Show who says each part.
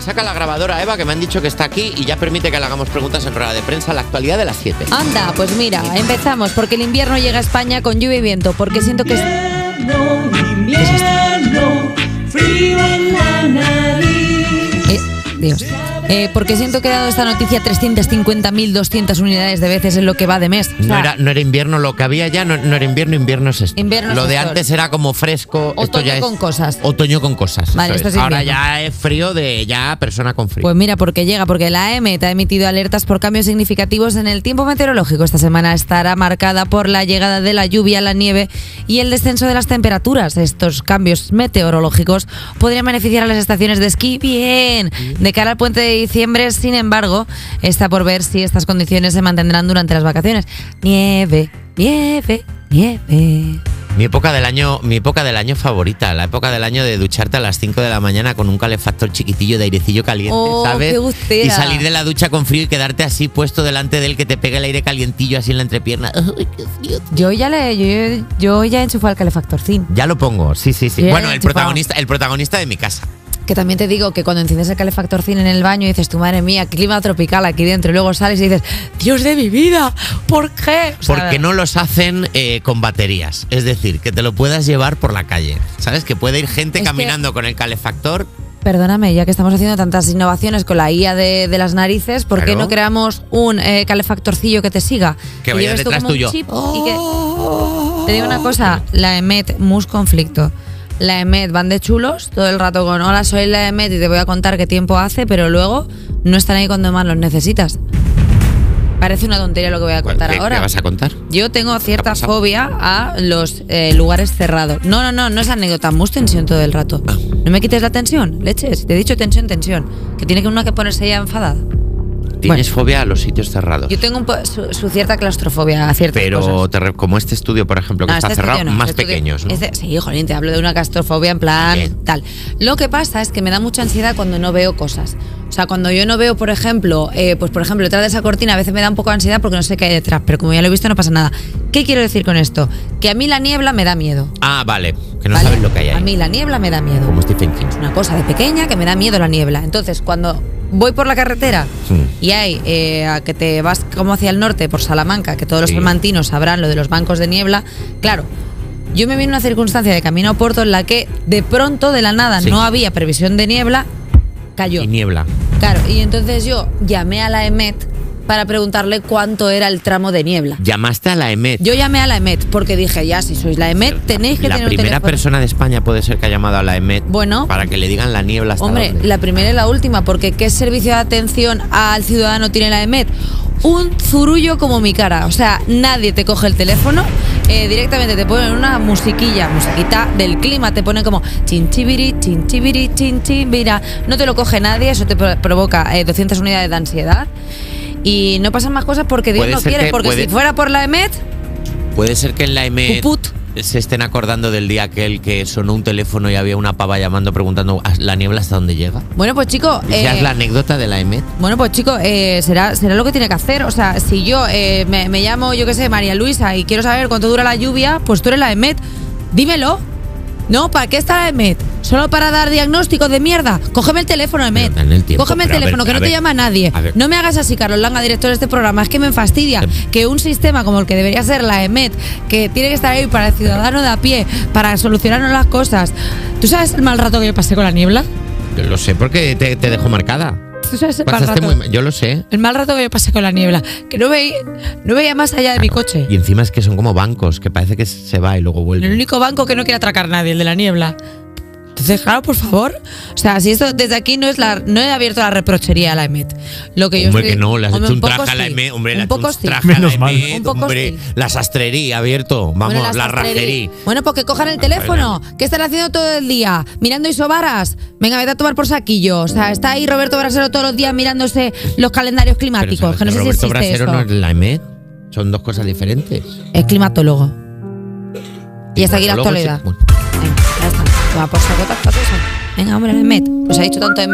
Speaker 1: saca la grabadora Eva, que me han dicho que está aquí y ya permite que le hagamos preguntas en rueda de prensa. La actualidad de las 7.
Speaker 2: Anda, pues mira, empezamos, porque el invierno llega a España con lluvia y viento, porque siento que... es-
Speaker 3: frío en la nariz.
Speaker 2: Eh, Dios. Eh, porque siento que he dado esta noticia 350.200 unidades de veces en lo que va de mes. O
Speaker 1: No
Speaker 2: sea,
Speaker 1: era, no era invierno lo que había ya, no, no era invierno, invierno es esto.
Speaker 2: Invierno es
Speaker 1: lo de
Speaker 2: esto.
Speaker 1: antes era como fresco. esto
Speaker 2: Otoño
Speaker 1: ya es-
Speaker 2: con cosas.
Speaker 1: Otoño con cosas.
Speaker 2: Vale,
Speaker 1: eso
Speaker 2: esto es
Speaker 1: Ahora
Speaker 2: invierno.
Speaker 1: ya es frío de ya persona con frío.
Speaker 2: Pues mira, porque llega, porque la AM te ha emitido alertas por cambios significativos en el tiempo meteorológico. Esta semana estará marcada por la llegada de la lluvia, la nieve y el descenso de las temperaturas. Estos cambios meteorológicos podrían beneficiar a las estaciones de esquí bien. De cara al puente de diciembre, sin embargo, está por ver si estas condiciones se mantendrán durante las vacaciones. Nieve, nieve, nieve.
Speaker 1: Mi época del año, mi época del año favorita, la época del año de ducharte a las 5 de la mañana con un calefactor chiquitillo de airecillo caliente,
Speaker 2: Oh,
Speaker 1: ¿sabes?
Speaker 2: qué gustera.
Speaker 1: Y salir de la ducha con frío y quedarte así puesto delante del que te pega el aire calientillo así en la entrepierna. Ay, qué frío.
Speaker 2: Yo ya le, yo, yo ya he enchufado el calefactorcín.
Speaker 1: Ya lo pongo, sí, sí, sí.
Speaker 2: Bien,
Speaker 1: bueno, el
Speaker 2: chupado.
Speaker 1: protagonista, el protagonista de mi casa.
Speaker 2: Que también te digo que cuando enciendes el calefactorcín en el baño y dices, tu madre mía, clima tropical aquí dentro, y luego sales y dices, Dios de mi vida, ¿por qué? O sea,
Speaker 1: Porque no los hacen eh, con baterías. Es decir, que te lo puedas llevar por la calle. ¿Sabes? Que puede ir gente
Speaker 2: Es que-
Speaker 1: caminando con el calefactor.
Speaker 2: Perdóname, ya que estamos haciendo tantas innovaciones con la IA de, de las narices, ¿por qué
Speaker 1: Claro.
Speaker 2: no creamos un eh, calefactorcillo que te siga?
Speaker 1: Que vaya
Speaker 2: lleves tú
Speaker 1: detrás
Speaker 2: como un
Speaker 1: tuyo.
Speaker 2: chip y que- Te digo una cosa, la EMET, mus conflicto. La EMET van de chulos todo el rato con, hola, soy la EMET y te voy a contar qué tiempo hace, pero luego no están ahí cuando más los necesitas. Parece una tontería lo que voy a contar
Speaker 1: ¿Qué- qué
Speaker 2: ahora.
Speaker 1: vas a contar?
Speaker 2: Yo tengo
Speaker 1: ¿Qué ha
Speaker 2: cierta
Speaker 1: pasado?
Speaker 2: fobia a los eh, lugares cerrados. No, no, no, no es anécdota, mus tensión todo el rato.
Speaker 1: Ah.
Speaker 2: No me quites la tensión, leches. Te he dicho tensión, tensión. Que tiene que una que ponerse ya enfadada.
Speaker 1: Tienes fobia a los sitios cerrados.
Speaker 2: Yo tengo un po- su, su cierta claustrofobia a ciertas
Speaker 1: Pero
Speaker 2: cosas.
Speaker 1: te re- como este estudio, por ejemplo, que
Speaker 2: No,
Speaker 1: está
Speaker 2: este estudio
Speaker 1: cerrado,
Speaker 2: no,
Speaker 1: más
Speaker 2: este estudio-
Speaker 1: pequeños. ¿no?
Speaker 2: este- sí, jolín, te hablo de una claustrofobia en plan
Speaker 1: Bien.
Speaker 2: tal. Lo que pasa es que me da mucha ansiedad cuando no veo cosas. O sea, cuando yo no veo, por ejemplo, eh, pues por ejemplo, detrás de esa cortina a veces me da un poco de ansiedad porque no sé qué hay detrás, pero como ya lo he visto no pasa nada. ¿Qué quiero decir con esto? Que a mí la niebla me da miedo.
Speaker 1: Ah, vale. Que no
Speaker 2: ¿vale?
Speaker 1: sabes lo que hay
Speaker 2: A
Speaker 1: ahí.
Speaker 2: mí la niebla me da miedo.
Speaker 1: Como este Stephen King.
Speaker 2: Es una cosa de pequeña que me da miedo la niebla. Entonces, cuando voy por la carretera
Speaker 1: Sí.
Speaker 2: y hay eh, a que te vas como hacia el norte, por Salamanca, que todos los
Speaker 1: Sí.
Speaker 2: salmantinos sabrán lo de los bancos de niebla, claro. Yo me vi en una circunstancia de camino a Porto en la que de pronto, de la nada,
Speaker 1: Sí.
Speaker 2: no había previsión de niebla, cayó.
Speaker 1: Y niebla.
Speaker 2: Claro, y entonces yo llamé a la E EMET para preguntarle cuánto era el tramo de niebla.
Speaker 1: Llamaste a la EMET.
Speaker 2: Yo llamé a la E EMET porque dije, ya, si sois la E EMET, tenéis que
Speaker 1: la
Speaker 2: tener un
Speaker 1: primera
Speaker 2: teléfono.
Speaker 1: persona de España puede ser que ha llamado a la EMET
Speaker 2: Bueno.
Speaker 1: para que le digan la niebla hasta
Speaker 2: Hombre,
Speaker 1: dónde.
Speaker 2: la primera y la última, porque ¿qué servicio de atención al ciudadano tiene la EMET? Un zurullo como mi cara, o sea, nadie te coge el teléfono, eh, directamente te ponen una musiquilla, musiquita del clima, te ponen como chinchibiri, chinchibiri, chinchibira, no te lo coge nadie, eso te pro- provoca eh, 200 unidades de ansiedad y no pasan más cosas porque Dios
Speaker 1: Puede
Speaker 2: no
Speaker 1: ser
Speaker 2: quiere,
Speaker 1: que-
Speaker 2: porque
Speaker 1: puede-
Speaker 2: si fuera por la EMET,
Speaker 1: Puede ser que en la EMET
Speaker 2: Puput.
Speaker 1: se estén acordando del día aquel que sonó un teléfono y había una pava llamando preguntando "¿Ah, la niebla hasta dónde llega.
Speaker 2: bueno pues chico...
Speaker 1: Esa
Speaker 2: eh,
Speaker 1: es la anécdota de la EMET.
Speaker 2: Bueno, pues chicos, eh, será, será lo que tiene que hacer. O sea, si yo eh, me, me llamo, yo qué sé, María Luisa y quiero saber cuánto dura la lluvia, pues tú eres la EMET. Dímelo. No, ¿para qué está la EMET? ¿Solo para dar diagnósticos de mierda? Cógeme el teléfono, EMET.
Speaker 1: Pero en el tiempo,
Speaker 2: Cógeme el
Speaker 1: pero a ver,
Speaker 2: teléfono, que
Speaker 1: a
Speaker 2: no
Speaker 1: ver,
Speaker 2: te llama nadie.
Speaker 1: a ver. Em.
Speaker 2: No me hagas así, Carlos Langa, director de este programa. Es que me fastidia que un sistema como el que debería ser la EMET, que tiene que estar ahí para el ciudadano de a pie, para solucionarnos las cosas. ¿Tú sabes el mal rato que yo pasé con la niebla?
Speaker 1: Lo sé porque te, te dejó marcada.
Speaker 2: ¿Tú sabes el mal
Speaker 1: Pasaste
Speaker 2: rato?
Speaker 1: muy mal. Yo lo sé.
Speaker 2: El mal rato que me pasé con la niebla. Que no veía, no veía más allá de mi coche.
Speaker 1: Y encima es que son como bancos, que parece que se va y luego
Speaker 2: El
Speaker 1: vuelve.
Speaker 2: único banco que no quiere atracar nadie, el de la niebla. Entonces, claro, por favor. O sea, si esto desde aquí no es la. No he abierto la reprochería a la E EMET. Lo que yo
Speaker 1: Hombre,
Speaker 2: estoy-
Speaker 1: que no, le has
Speaker 2: Hombre,
Speaker 1: hecho
Speaker 2: un
Speaker 1: un
Speaker 2: poco
Speaker 1: traje a la
Speaker 2: sí.
Speaker 1: EMET, hombre, le
Speaker 2: un
Speaker 1: has
Speaker 2: poco
Speaker 1: hecho
Speaker 2: sí.
Speaker 1: un traje a la
Speaker 4: Menos mal.
Speaker 1: EMET,
Speaker 2: Un poco
Speaker 1: hombre,
Speaker 2: sí.
Speaker 1: la sastrería abierto, vamos,
Speaker 2: Bueno,
Speaker 1: la
Speaker 2: sastrería.
Speaker 1: rajería.
Speaker 2: Bueno, pues que cojan el teléfono. ¿Qué están haciendo todo el día? Mirando isobaras. Venga, vete a tomar por saquillo. O sea, está ahí Roberto Brasero todos los días mirándose los calendarios
Speaker 1: Pero
Speaker 2: climáticos.
Speaker 1: sabes
Speaker 2: Que no
Speaker 1: que
Speaker 2: sé si
Speaker 1: Roberto Brasero
Speaker 2: existe eso.
Speaker 1: no es la EMET, son dos cosas diferentes.
Speaker 2: Es climatólogo. Y hasta aquí la
Speaker 1: Luego,
Speaker 2: actualidad.
Speaker 1: bueno.
Speaker 2: pues Venga, ya está. Toma por saco, tac, tac, tac. Venga, hombre, Met. Os Pues ha dicho tanto de